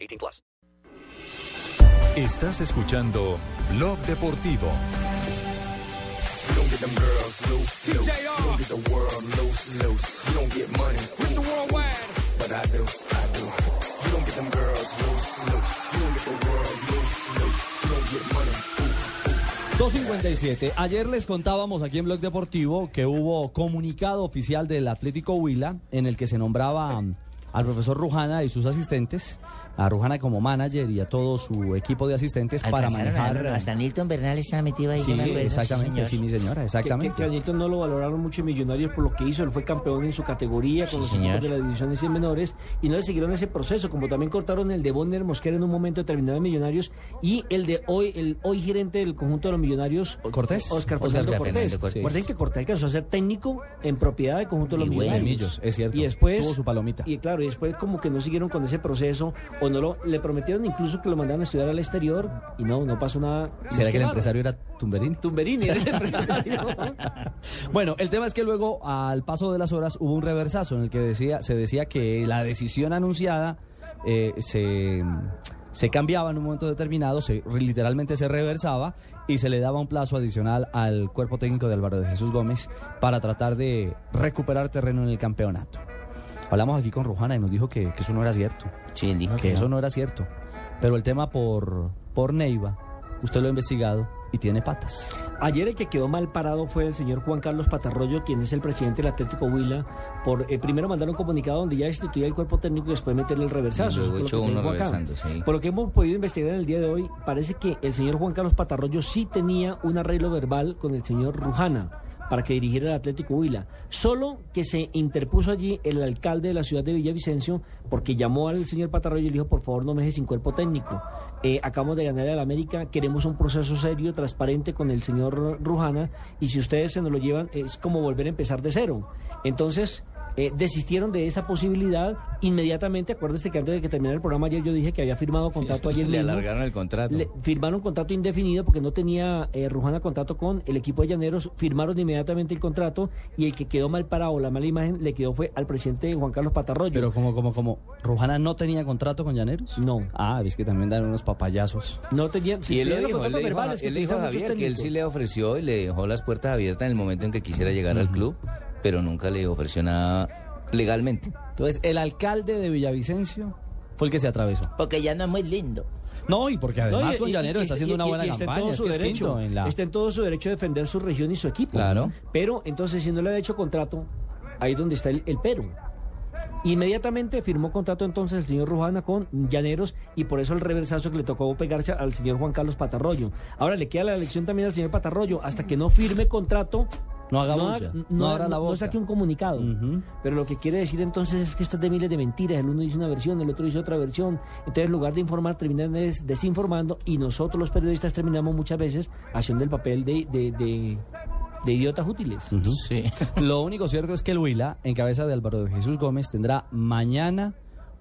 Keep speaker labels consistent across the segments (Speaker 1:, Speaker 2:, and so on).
Speaker 1: 18 plus.
Speaker 2: Estás escuchando Blog Deportivo.
Speaker 3: Don't get them girls loose, loose. Don't get the world loose, loose. You don't get money,
Speaker 4: Mr. Worldwide.
Speaker 3: but I do, I do. You don't get them girls loose, loose. You don't get the world loose, loose. You don't get money.
Speaker 5: 257. Ayer les contábamos aquí en Blog Deportivo que hubo comunicado oficial del Atlético Huila en el que se nombraba um, al profesor Rujana y sus asistentes, a Rujana como manager y a todo su equipo de asistentes para
Speaker 6: Alcanzaron a
Speaker 5: manejar.
Speaker 6: darlo, Hasta Nilton Bernal estaba metido ahí.
Speaker 5: Sí,
Speaker 6: yo me acuerdo,
Speaker 5: exactamente, sí,
Speaker 6: señor.
Speaker 5: mi señora,
Speaker 7: Que- Que, que
Speaker 5: exactamente.
Speaker 7: a Nieto no lo valoraron mucho en Millonarios por lo que hizo. Él fue campeón en su categoría con los
Speaker 6: señor.
Speaker 7: equipos de las divisiones y menores y no le siguieron ese proceso. Como también cortaron el de Bonner Mosquera en un momento determinado en Millonarios y el de hoy, el hoy gerente del conjunto de los Millonarios,
Speaker 5: ¿Cortés?
Speaker 7: Oscar
Speaker 5: Oscar
Speaker 7: Fernando
Speaker 5: Fernando
Speaker 7: Cortés.
Speaker 5: Cortés.
Speaker 7: Recuerden que Cortés alcanzó a ser técnico en propiedad del conjunto de los
Speaker 6: Y bueno.
Speaker 7: Millonarios.
Speaker 5: Es cierto,
Speaker 7: Y después.
Speaker 5: tuvo su palomita.
Speaker 7: Y claro, y después como que no siguieron con ese proceso o no lo. Le prometieron incluso que lo mandaran a estudiar al exterior y no, no pasó nada.
Speaker 5: ¿Será que el
Speaker 7: Claro.
Speaker 5: empresario era Tumberín?
Speaker 7: Tumberini era el empresario.
Speaker 5: Bueno, el tema es que luego, al paso de las horas, hubo un reversazo en el que decía, se decía que la decisión anunciada eh, se, se cambiaba en un momento determinado, se, literalmente se reversaba y se le daba un plazo adicional al cuerpo técnico de Álvaro de Jesús Gómez para tratar de recuperar terreno en el campeonato. Hablamos aquí con Rujana y nos dijo que, que eso no era cierto,
Speaker 6: Sí, él dijo
Speaker 5: que
Speaker 6: que
Speaker 5: eso
Speaker 6: no.
Speaker 5: no era cierto. Pero el tema por, por Neiva, usted lo ha investigado y tiene patas.
Speaker 7: Ayer el que quedó mal parado fue el señor Juan Carlos Patarroyo, quien es el presidente del Atlético Huila. Por, eh, primero mandaron un comunicado donde ya instituía el cuerpo técnico y después meterle el reversazo. Eso fue lo que se dijo acá. Por lo que hemos podido investigar en el día de hoy, parece que el señor Juan Carlos Patarroyo sí tenía un arreglo verbal con el señor Rujana para que dirigiera el Atlético Huila. Solo que se interpuso allí el alcalde de la ciudad de Villavicencio porque llamó al señor Patarroyo y le dijo, por favor, no me dejes sin cuerpo técnico. Eh, acabamos de ganar al América, queremos un proceso serio, transparente con el señor Rujana y si ustedes se nos lo llevan es como volver a empezar de cero. Entonces, eh, desistieron de esa posibilidad inmediatamente. Acuérdense que antes de que terminara el programa ayer yo dije que había firmado contrato ayer
Speaker 8: Le
Speaker 7: mismo.
Speaker 8: alargaron el contrato.
Speaker 7: Le- firmaron contrato indefinido porque no tenía eh, Rujana contrato con el equipo de Llaneros, firmaron inmediatamente el contrato y el que quedó mal parado, la mala imagen, le quedó fue al presidente Juan Carlos Patarroyo.
Speaker 5: Pero como, como, como, ¿Rujana no tenía contrato con Llaneros?
Speaker 7: No.
Speaker 5: Ah, ves que también dan unos papayazos.
Speaker 7: no tenía, si
Speaker 8: y él lo
Speaker 7: tuvieran los
Speaker 8: dijo,
Speaker 7: contratos
Speaker 8: él le dijo, a-
Speaker 7: verbales que
Speaker 8: él le dijo a
Speaker 7: utilizan muchos
Speaker 8: Javier que él
Speaker 7: técnicos.
Speaker 8: sí le ofreció y le dejó las puertas abiertas en el momento en que quisiera llegar al club, pero nunca le ofreció nada legalmente.
Speaker 5: Entonces, el alcalde de Villavicencio fue el que se atravesó.
Speaker 6: Porque ya no es muy lindo.
Speaker 5: No, y porque además
Speaker 7: No, y-
Speaker 5: con
Speaker 7: y-
Speaker 5: Llaneros
Speaker 7: y-
Speaker 5: está haciendo
Speaker 7: y-
Speaker 5: una
Speaker 7: y-
Speaker 5: buena
Speaker 7: y está en
Speaker 5: campaña.
Speaker 7: todo
Speaker 5: es
Speaker 7: su
Speaker 5: que es
Speaker 7: derecho, Este,
Speaker 5: quinto en la...
Speaker 7: Está en todo su derecho de defender su región y su equipo.
Speaker 8: Claro.
Speaker 7: Pero entonces, si no le ha hecho contrato, ahí es donde está el, el pero. Inmediatamente firmó contrato entonces el señor Rujana con Llaneros y por eso el reversazo que le tocó pegarse al señor Juan Carlos Patarroyo. Ahora le queda la elección también al señor Patarroyo. Hasta que no firme contrato,
Speaker 5: No haga
Speaker 7: no,
Speaker 5: bulla,
Speaker 7: ha-
Speaker 5: no
Speaker 7: no,
Speaker 5: abra la
Speaker 7: no
Speaker 5: boca.
Speaker 7: saque un comunicado.
Speaker 5: Ujú.
Speaker 7: Pero lo que quiere decir entonces es que esto es de miles de mentiras. El uno dice una versión, el otro dice otra versión. Entonces, en lugar de informar, terminan des- desinformando y nosotros los periodistas terminamos muchas veces haciendo el papel de, de, de- de idiotas útiles.
Speaker 5: Mm.
Speaker 8: Sí.
Speaker 5: Lo único cierto es que el Huila, en cabeza de Álvaro de Jesús Gómez, tendrá mañana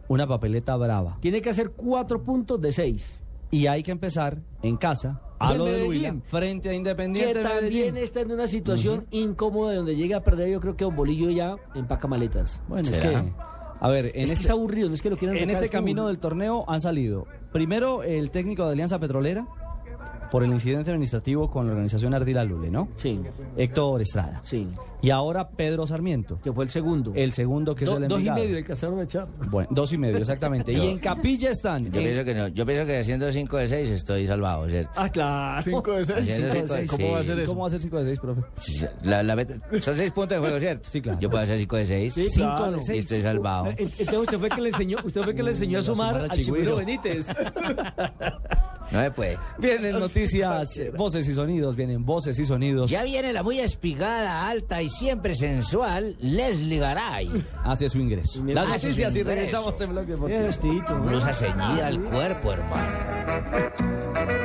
Speaker 5: una papeleta brava.
Speaker 7: Tiene que hacer cuatro puntos de seis.
Speaker 5: Y hay que empezar en casa, a
Speaker 7: Del
Speaker 5: lo del Huila,
Speaker 7: Medellín.
Speaker 5: frente a
Speaker 7: Que
Speaker 5: Independiente
Speaker 7: también
Speaker 5: Medellín.
Speaker 7: está en una situación incómoda donde llega a perder. Yo creo que Don Bolillo ya empaca maletas.
Speaker 5: Bueno, es
Speaker 8: ¿Será?
Speaker 5: que... A ver, en
Speaker 7: es que
Speaker 5: este...
Speaker 7: está aburrido, no es que lo quieran
Speaker 5: En
Speaker 7: sacar,
Speaker 5: este
Speaker 7: es que
Speaker 5: camino
Speaker 7: aburrido.
Speaker 5: del torneo han salido, primero, el técnico de Alianza Petrolera por el incidente administrativo con la organización Ardila Lule, ¿no?
Speaker 7: Sí,
Speaker 5: Héctor Estrada.
Speaker 7: sí,
Speaker 5: Y ahora Pedro Sarmiento,
Speaker 7: que fue el segundo.
Speaker 5: el segundo que
Speaker 7: Do-
Speaker 5: es el
Speaker 7: dos y
Speaker 5: Envigado.
Speaker 7: medio alcanzaron a echar.
Speaker 5: Bueno, dos y medio, exactamente. y en Capilla están.
Speaker 7: Eh.
Speaker 8: Yo
Speaker 5: en-
Speaker 8: pienso que no. Yo pienso que haciendo 5 de 6 estoy salvado, ¿cierto?
Speaker 7: Ah, claro.
Speaker 8: Haciendo cinco de seis.
Speaker 5: ¿Cómo va a ser 5 de 6, profe?
Speaker 8: La- la meta- son 6 puntos de juego, ¿cierto?
Speaker 5: Sí, claro. Eh,
Speaker 8: Yo puedo hacer 5 de 6
Speaker 7: Sí,
Speaker 5: Cinco
Speaker 7: claro.
Speaker 5: de
Speaker 8: y
Speaker 5: seis.
Speaker 8: estoy
Speaker 6: Ah.
Speaker 8: salvado.
Speaker 7: Eh, Entonces usted fue que le enseñó, usted fue que le enseñó a
Speaker 5: a sumar
Speaker 7: sumar
Speaker 5: a
Speaker 7: al Chigüiro
Speaker 5: Chigüiro.
Speaker 7: Benítez.
Speaker 8: No se puede.
Speaker 5: Vienen noticias, eh, voces y sonidos, vienen voces y sonidos.
Speaker 6: Ya viene la muy espigada, alta y siempre sensual Leslie Garay.
Speaker 5: Hacia su ingreso.
Speaker 7: Hacia
Speaker 5: Las
Speaker 7: su
Speaker 5: noticias y
Speaker 6: ingreso.
Speaker 5: regresamos en bloque
Speaker 7: Qué
Speaker 5: deportivo.
Speaker 7: vestidito, ¿no?
Speaker 6: Blusa ceñida al cuerpo, hermano.